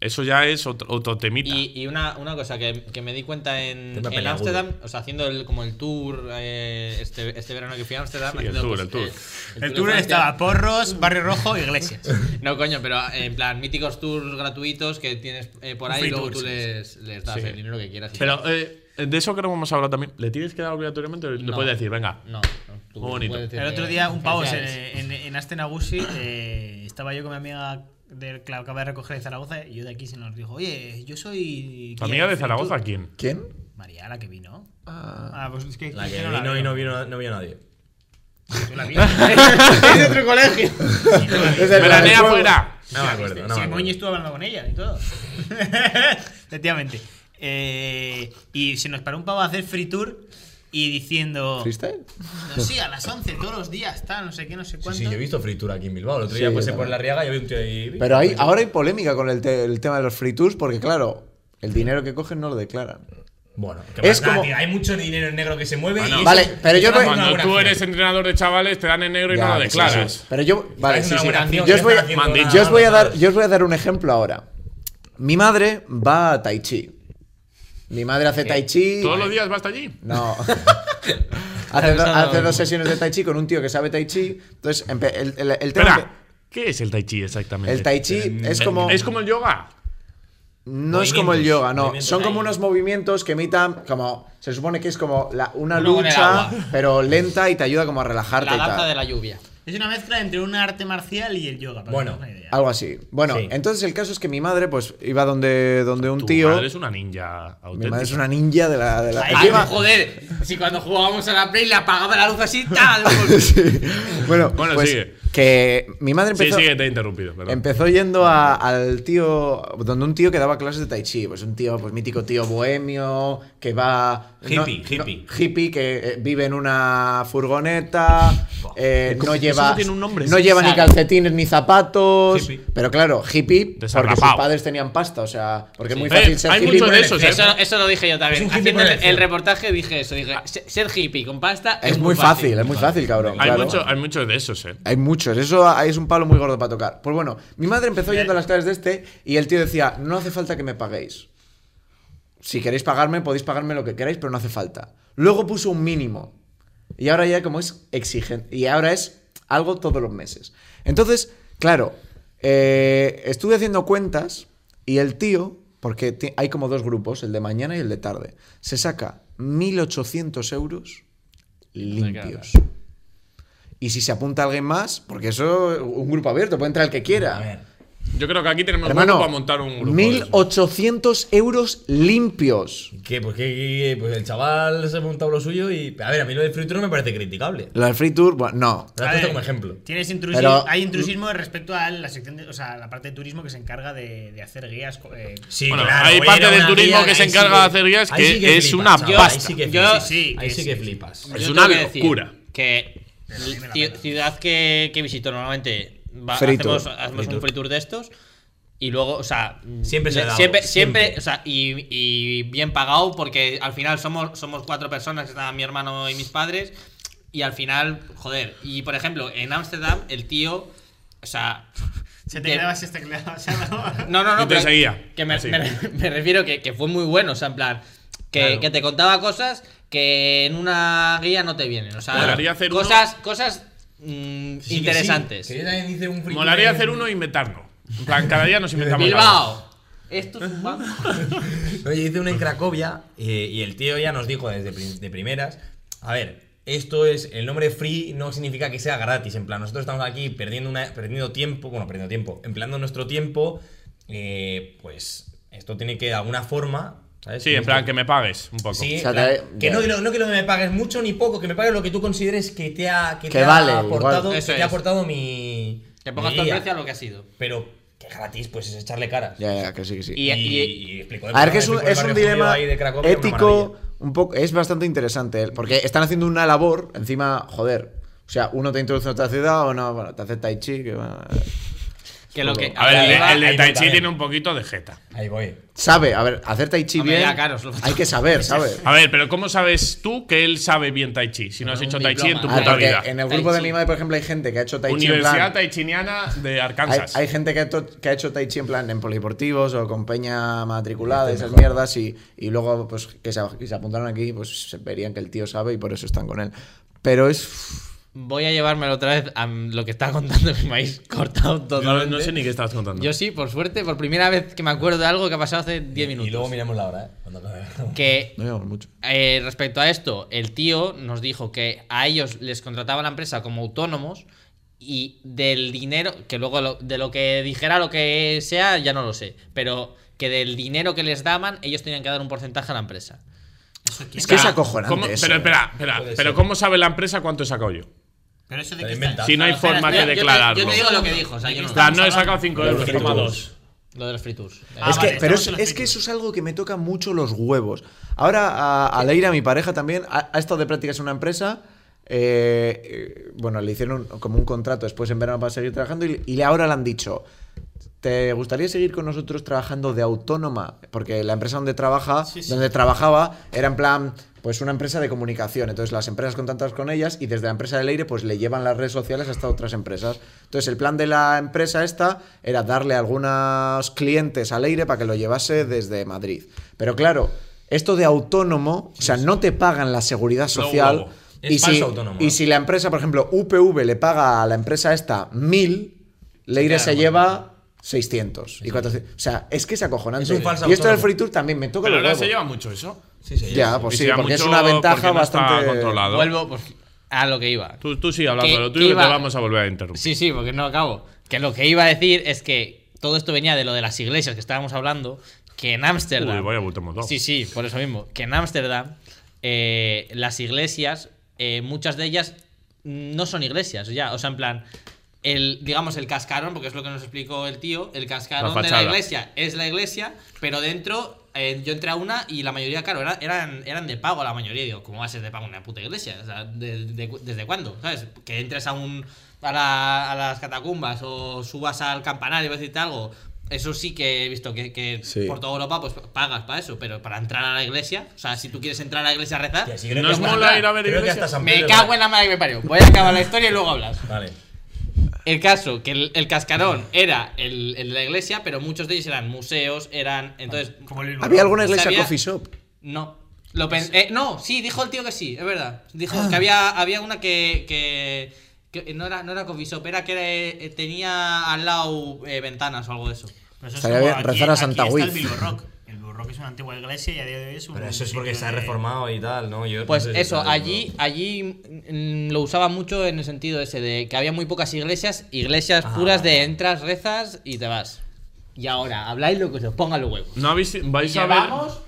Eso ya es otro, otro temita. Y, y una, una cosa que, que me di cuenta en, Tema en peliagudo. Ámsterdam, o sea, haciendo el, como el tour eh, este, este verano que fui a Ámsterdam. Sí, el haciendo, pues, eh, tour, el tour. de El tour Francia. estaba porros, barrio rojo, iglesias. No, coño, pero eh, en plan, míticos tours gratuitos que tienes eh, por Un ahí y free luego tour, tú sí, les, les das Sí. el dinero que quieras. y Pero eh, de eso creo que hemos hablado también. ¿Le tienes que dar obligatoriamente? o Le No. puedes decir, venga. tal. No, no, tú Muy bonito. puedes decir El otro que- día, un pavo eh, en, especiales. en, en Asten Agusi, eh, estaba yo con mi amiga del que la acaba de recoger de Zaragoza y yo de aquí se nos dijo, oye, yo soy... ¿Tu guía amiga de free Zaragoza tour". quién? ¿Quién? María, la que vino. Ah, Ah, pues es que... La es que no la vino y veo. no vino, no vio nadie. Yo la vi. es de otro colegio. es el- ¡Veranea el- fuera! No me acuerdo. Ah, No Sí, me Moñi acuerdo. estuvo hablando con ella y todo. Efectivamente. Eh, y se nos paró un pavo a hacer free tour y diciendo... ¿Freestyle? No, sí, a las 11 todos los días, tal, no sé qué, no sé Sí, cuánto. sí, yo he visto fritura aquí en Bilbao. El otro Sí, día yo pasé por también. la Riaga y había un tío ahí. Pero hay, ahora hay polémica con el, te- el tema de los free tours porque, claro, el dinero que cogen no lo declaran. Bueno, Es es como... como- hay mucho dinero en negro que se mueve. Bueno, y eso- vale, pero yo eso voy- no es una Cuando buena tú acción. eres entrenador de chavales, te dan en negro y Ya, no lo sí, sí, declaras. sí. Pero yo, vale, Es sí, una sí. buena Yo acción, que os voy, están haciendo Mandín. una- yo os voy a dar, ¿sabes? yo os voy a dar un ejemplo ahora. Mi madre va a Tai Chi. Mi madre hace Tai Chi. ¿Todos los días vas hasta allí? No. hace, do- Está hace pensando- dos sesiones de Tai Chi con un tío que sabe Tai Chi. Entonces, empe- el, el- el tema. Espera, ¿qué es el tai chi exactamente? El Tai Chi es Eh, como. Es como el yoga. No es como el Movimientos, yoga, no. movimientos Son ahí. como unos movimientos que imitan como. Se supone que es como la- una Uno con el lucha, agua. pero lenta y te ayuda como a relajarte La y danza tal. de la lluvia. Es una mezcla entre un arte marcial y el yoga. Para Bueno. que tengas una idea. Algo así. Bueno, Sí. entonces el caso es que mi madre, pues, iba donde, donde un Tu tío. madre es una ninja auténtica. mi madre es una ninja de la. De la Ay, encima- joder, si cuando jugábamos a la Play le apagaba la luz así, tal. pues- Sí. Bueno, Bueno, pues, sigue. que mi madre Sí, empezó. sí, que te he interrumpido. perdón. Empezó yendo a- al tío, donde un tío que daba clases de tai chi, pues un tío, pues mítico tío bohemio, que va... Hippie, hippie. hippie, que eh, vive en una furgoneta, eh, ¿Cómo no es que lleva, eso tiene un nombre? no Sí, lleva ni sabe. calcetines ni zapatos, Hippie. pero claro, hippie, porque sus Desarrapao. padres tenían pasta, o sea, porque es muy Eh, fácil ser hay hippie. mucho de pero- eso, ¿eh? Eso, eso lo dije yo Es también. un hippie Haciendo por el, elección. el reportaje dije eso. Dije, "Se- ser hippie con pasta Es muy fácil, es muy fácil, cabrón. hay, claro. mucho, hay muchos de esos, ¿eh? Hay muchos, eso a- es un palo muy gordo para tocar. Pues bueno, mi madre empezó yendo a las clases de este y el tío decía, no hace falta que me paguéis. Si queréis pagarme, podéis pagarme lo que queráis, pero no hace falta. Luego puso un mínimo. Y ahora ya como es exigente. Y ahora es algo todos los meses. Entonces, claro, eh, estuve haciendo cuentas y el tío, porque ti- hay como dos grupos, el de mañana y el de tarde, se saca 1.800 euros limpios. Y si se apunta alguien más, porque eso un grupo abierto, puede entrar el que A ver. quiera. Yo creo que aquí tenemos Hermano, hueco para montar un grupo. de esos. 1800 euros limpios. ¿Qué? Pues, que que- pues el chaval se ha montado lo suyo y. A ver, a mí lo del fritura no me parece criticable. Lo del Free Tour, bueno, no. Lo A has puesto ver, como ejemplo. Tienes intrusi- Pero- hay intrusismo respecto a la sección de- o sea, la parte de turismo que se encarga de, de hacer guías. co- eh, Sí, Bueno, hay voy a parte ir a del una turismo guía que se ahí encarga sí de hacer guías, ahí que sí que es flipas, una chaval, pasta. Ahí sí que Yo- flipas. sí, ahí que sí sí, que sí. flipas. Es Yo una tengo que decir locura. Que sí me la ci- pela. ciudad que, que visito normalmente va- Free hacemos, tour. hacemos un free tour de estos y luego, o sea, Siempre se le- da algo, siempre, siempre, siempre. o sea, y, y bien pagado porque al final somos somos cuatro personas, está mi hermano y mis padres y al final, joder, y por ejemplo, en Ámsterdam el tío, o sea, se te de- quedaba si te quedabas. no. no, no, no. Y te pero seguía. Que me, Así. me- me refiero que, que fue muy bueno, o sea, en plan. Que, Claro. que te contaba cosas que en una guía no te vienen. O sea, Molaría hacer cosas, cosas mm, Sí que sí, interesantes. que yo también hice un fritura Molaría en- hacer uno e inventarlo. En plan, cada día nos inventamos. Bilbao. Esto es un banco. No, yo hice una en Cracovia eh, y, el tío ya nos dijo desde prim- de primeras, a ver, esto es, el nombre free no significa que sea gratis, en plan, nosotros estamos aquí perdiendo, una, perdiendo tiempo, bueno, perdiendo tiempo, empleando nuestro tiempo, eh, pues esto tiene que de alguna forma, ¿sabes? Sí, en Tienes plan, que me pagues un poco. Sí, O sea, en plan, te- que no, ya. no, no quiero que me pagues mucho ni poco, que me pagues lo que tú consideres que te ha, que Que te ha vale, igual. aportado, que Eso te es. ha aportado mi... Que pongas mi tu día. precio a lo que ha sido. Pero que gratis, pues es echarle caras. Ya, ya, que sí, que sí. Y- explicó el A ver, que programa, es un, explicó Pues el es un barrio judío dilema ahí de Cracovia, una ético, maravilla. un poco, es bastante interesante, ¿eh? porque están haciendo una labor, encima, joder. O sea, uno te introduce a otra ciudad o no, bueno, te hace tai chi, que bueno, Que lo que. A ver, el de- iba- el, de ahí Tai va ¿eh? Chi bien. tiene un poquito de jeta. Ahí voy. Sabe, a ver, hacer tai chi Hombre, bien, ya, claro, es lo- hay que saber, ¿sabes? A ver, pero ¿cómo sabes tú que él sabe bien Tai Chi? Si no has Con hecho un Tai Chi en tu diploma. Ah, puta porque vida. en el Tai grupo de chi. mi madre, por ejemplo, hay gente que ha hecho tai chi en Universidad plan... Taichiniana de Hay, Arkansas. hay gente que ha, hecho, que ha hecho tai chi en plan en polideportivos o con peña matriculada, Este esas mierdas, y, y luego pues que se, que se apuntaron aquí, pues se verían que el tío sabe y por eso están con él. Pero es... Voy a llevármelo otra vez a lo que estaba contando que me habéis cortado no, totalmente. no sé ni qué estás contando. Yo sí, por suerte, por primera vez que me acuerdo de algo que ha pasado hace 10 minutos. Y luego miramos la hora, ¿eh? Cuando acabemos. que No llevamos mucho. eh, respecto a esto, el tío nos dijo que a ellos les contrataba la empresa como autónomos y del dinero, que luego lo- de lo que dijera lo que sea, ya no lo sé, pero que del dinero que les daban, ellos tenían que dar un porcentaje a la empresa. Eso Es quién- que es Espera, acojonante ¿cómo- eso. ¿eh? Pero espera, espera. Puede Pero ser. ¿cómo sabe la empresa cuánto he sacado yo? Pero eso de Te que inventas. está- Si no hay Espera, espera, forma yo- que yo te- declararlo. Yo te digo lo que dijo, o sea, yo En no- plan, no he Estamos sacado 5 euros, fritos. toma dos. lo de los free tours. Ah, es que, vale, pero estamos es, en los es que fritos. eso es algo que me toca mucho los huevos. Ahora a, a Leira, mi pareja también, ha, ha estado de prácticas en una empresa. eh, eh, bueno, le hicieron un- como un contrato después en verano para seguir trabajando y, y le- ahora le han dicho, ¿te gustaría seguir con nosotros trabajando de autónoma? Porque la empresa donde trabaja, Sí, sí. donde trabajaba, era en plan, pues una empresa de comunicación. Entonces las empresas contactan con ellas y desde la empresa de Leire pues le llevan las redes sociales hasta otras empresas. Entonces el plan de la empresa esta era darle algunos clientes a Leire para que lo llevase desde Madrid. Pero claro, esto de autónomo, o sea, no te pagan la seguridad social. huevo. Es y, falso si, autónomo. y si la empresa, por ejemplo, UPV le paga a la empresa esta mil, Leire queda se con- lleva 600 y 400. O sea, es que es acojonante. Es un falso y esto del autónomo. Free Tour también me toca Pero los ahora se huevos. lleva mucho eso. Sí, sí, Ya, pues Y sí, se lleva porque es mucho una ventaja porque no está bastante. controlado. Vuelvo pues, a lo que iba. Tú, tú sigue hablando Que- de lo que tuyo y te iba- vamos a volver a interrumpir. Sí, sí, porque no acabo. Que lo que iba a decir es que todo esto venía de lo de las iglesias que estábamos hablando, que en Ámsterdam... Uy, vaya bulto hemos dado. Sí, sí, por eso mismo. Que en Ámsterdam eh, las iglesias, eh, muchas de ellas no son iglesias ya. O sea, en plan, el, digamos el cascarón, porque es lo que nos explicó el tío, el cascarón La de la fachada. iglesia es la iglesia, pero dentro... eh, yo entré a una y la mayoría, claro, era- eran, eran de pago la mayoría. Digo, ¿cómo va a ser de pago una puta iglesia? O sea, ¿de- de- ¿Desde cuándo? ¿Sabes? Que entres a un a, la- a las catacumbas o subas al campanario, vas a decirte algo. Eso sí que he visto que, que Sí. por toda Europa pues pagas para eso, pero para entrar a la iglesia, o sea, si tú quieres entrar a la iglesia a rezar, Hostia, sí, ¿No os hasta- mola ir a ver creo que iglesias? hasta San me Pedro- cago en la madre que me parió. Voy a acabar la historia y luego hablas. Vale. El caso, que el, el cascarón era el, el de la iglesia, pero muchos de ellos eran museos, eran... Entonces, Como el Había alguna iglesia Sabía- coffee shop. no. Lo pen- eh, no, sí, dijo el tío que sí, es verdad. Dijo Ah. que había, había una que, que, que no era, no era coffee shop, era que era- eh, tenía al lado eh, ventanas o algo de eso. Pero eso es Estaría como bien rezar a Santa aquí está Wiz. el Bilbo Rock. El Bilbo Rock es una antigua iglesia y a día de hoy es un. Pero eso es porque sitio se ha de- reformado y tal, ¿no? Yo no Eh. Pues sé si eso, tal, allí, allí mm, lo usaba mucho en el sentido ese de que había muy pocas iglesias, iglesias Ah, puras de vale. entras, rezas y te vas. Y ahora, habláis lo que se os ponga los huevos. ¿No habéis, vais a ver... Llevamos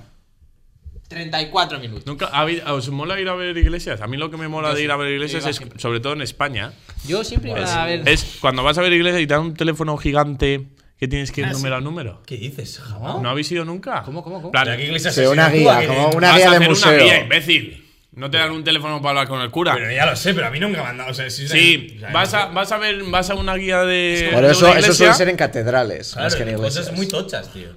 34 minutos. ¿Nunca habéis- ¿Os mola ir a ver iglesias? A mí lo que me mola de ir a ver iglesias iba es, siempre. sobre todo en España, Yo siempre Pues iba a ver... es cuando vas a ver iglesias y te dan un teléfono gigante que tienes que ir número a número. ¿Qué dices? Jamás. ¿No habéis ido nunca? ¿Cómo, cómo, cómo? Plan, ¿De qué iglesia Sí, has una sido tú, guía, a que- como una- vas guía a de hacer museo. una guía, imbécil. No te dan un teléfono para hablar con el cura. Pero ya lo sé, pero a mí nunca me han dado. O sea, si Sí, o sea, vas no a, sé. vas a ver, vas a una guía de. Por de eso, una eso iglesia. suele ser en catedrales, más que en Claro, iglesias. cosas muy tochas, tío.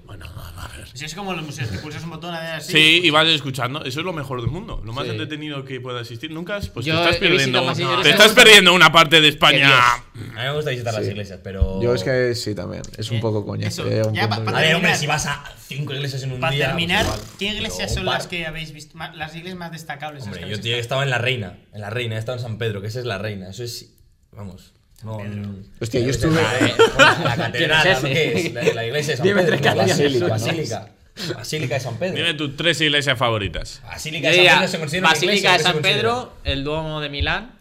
Eso es como los museos que pulsas un botón a ver así. Sí, y vas escuchando. Eso es lo mejor del mundo. Lo más Sí. entretenido que pueda existir. Nunca has. Pues Yo te estás he visitado perdiendo. más iglesias. Te estás perdiendo una parte de España. A mí me gusta visitar las iglesias, pero. Yo es que sí, también. Es un poco coña. eso, llega un ya punto pa- A que- ver, hombre, si vas a cinco iglesias en un Para día. pues terminar, igual. ¿qué Pero iglesias un son par. las que habéis visto? ma- Las iglesias más destacables. las que Hombre, yo habéis tío, he estado en La Reina. En La Reina, he estado en San Pedro, que esa es La Reina. Eso es. Vamos. No, no. Hostia, yo La estuve- catedral, La catedral, ¿Quién es ¿no? ese? ¿qué es? La, la iglesia de San Dime Pedro. tres catedrales. Basílica. Basílica, ¿no? Basílica. Basílica de San Pedro. Dime tus tres iglesias favoritas. Basílica Yo de San diría Pedro se considera una iglesia, Basílica de ¿o qué se San considera? Pedro, el Duomo de Milán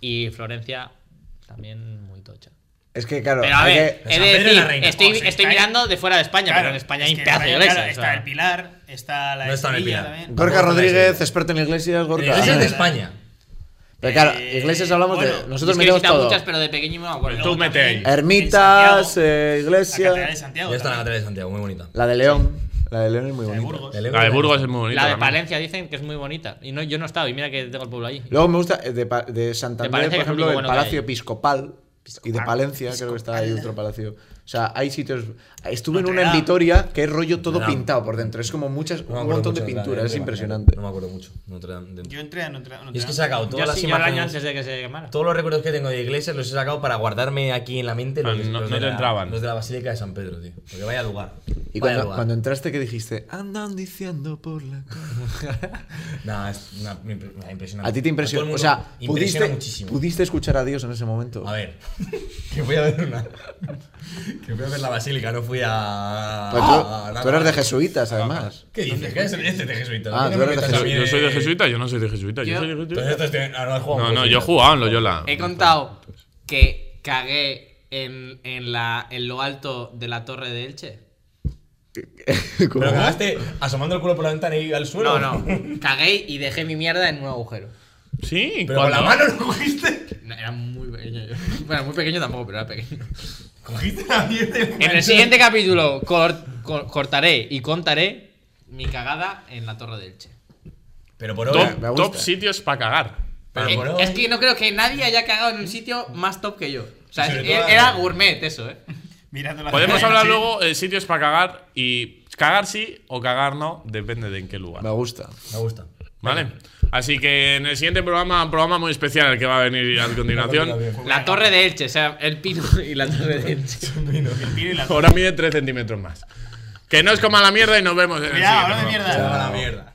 y Florencia también muy tocha. Es que, claro, Pero a hay que- ver, San he de Pedro y la decir, Reina. estoy, O sea, estoy está ahí. mirando de fuera de España, pero en España hay es un que pedazo de claro, iglesia. o está sea. el Pilar, está la No de está en el Sevilla Pilar. también. Gorka Gorka Rodríguez, Iglesias. experto en iglesias, La Gorka. iglesia es de España. Pero claro, Eh, iglesias hablamos de. bueno, Nosotros es que he metemos visitado todo. muchas, pero de pequeño me acuerdo. Tú mete ahí. En Ermitas, Santiago, eh, La catedral de iglesias. Santiago. Yo está en la también. catedral de Santiago, muy bonita. La de León. La de León es muy La de bonita. Burgos. La de Burgos es muy bonita. La de también. Palencia dicen que es muy bonita. Y no, yo no he estado, y mira que tengo el pueblo ahí. Luego me gusta eh, de, Pa- de Me parece Santander, que por es lo único ejemplo, el bueno que Palacio hay. Episcopal. Y de Episcopal. Palencia, creo que está ahí otro palacio. O sea, hay sitios. Estuve en Notre una en Dame. Vitoria que es rollo todo Notre Dame. pintado por dentro. Es como muchas, No me un acuerdo montón de mucho la- pintura. la- Es la- impresionante. No me acuerdo mucho. Notre Dame de- Yo entré a Notre Dame. Y es que he sacado Yo todas las sí, yo el año imágenes. antes de que se quemara. Todos los recuerdos que tengo de iglesias los he sacado para guardarme aquí en la mente los, Ah, no- los no de te la, entraban. los de la Basílica de San Pedro, tío. Porque vaya lugar. Y vaya cuando, lugar. cuando entraste, ¿qué dijiste? Andan diciendo por la calle. Nah, es una, me impre- me impresiona. A ti te todo el impresionó. mundo O sea, impresiona pudiste, muchísimo. pudiste escuchar a Dios en ese momento. A ver, que voy a ver una. Que voy a ver la basílica, no fui a. Pero a- a Pues tú, tú eres de nada. jesuitas, además. ¿Qué dices? ¿Qué es este de jesuita? Ah, ¿Qué tú me eres de metas jesuita. a mí Yo soy de en- jesuita, yo no soy de jesuita. Yo Yo- soy de jesuita. Entonces esto es de- ah, no, has jugado No, en no, yo jesuitas. he jugado en Loyola. He contado que cagué en, en, la, en lo alto de la torre de Elche. ¿Cómo? Pero acabaste asomando el culo por la ventana y al No, suelo. no. Cagué y dejé mi mierda en un agujero. Sí, Pero con la ¿cuándo? mano lo cogiste. No, Era muy pequeño. yo. Bueno, muy pequeño tampoco, pero era pequeño. Cogiste la mierda. y- En el siguiente capítulo cor- cor- cortaré y contaré mi cagada en la torre de Elche. Pero por Top- ahora. me gusta. top sitios para cagar. Pero Eh, por hoy- es que no creo que nadie haya cagado en un sitio más top que yo. O sea, Sobre es- todo era, ahora. gourmet eso, ¿eh? Mirando la Podemos catedral, hablar sí. luego de sitios para cagar y cagar sí o cagar no, depende de en qué lugar. Me gusta. Me gusta. ¿Vale? Así que en el siguiente programa, un programa muy especial el que va a venir a continuación. La torre de Elche, o sea, el pino y la torre de Elche. El Pino y la Ahora mide 3 centímetros más. Que no os coma la mierda y nos vemos en el Cuidado, siguiente no de programa. mierda. A la mierda.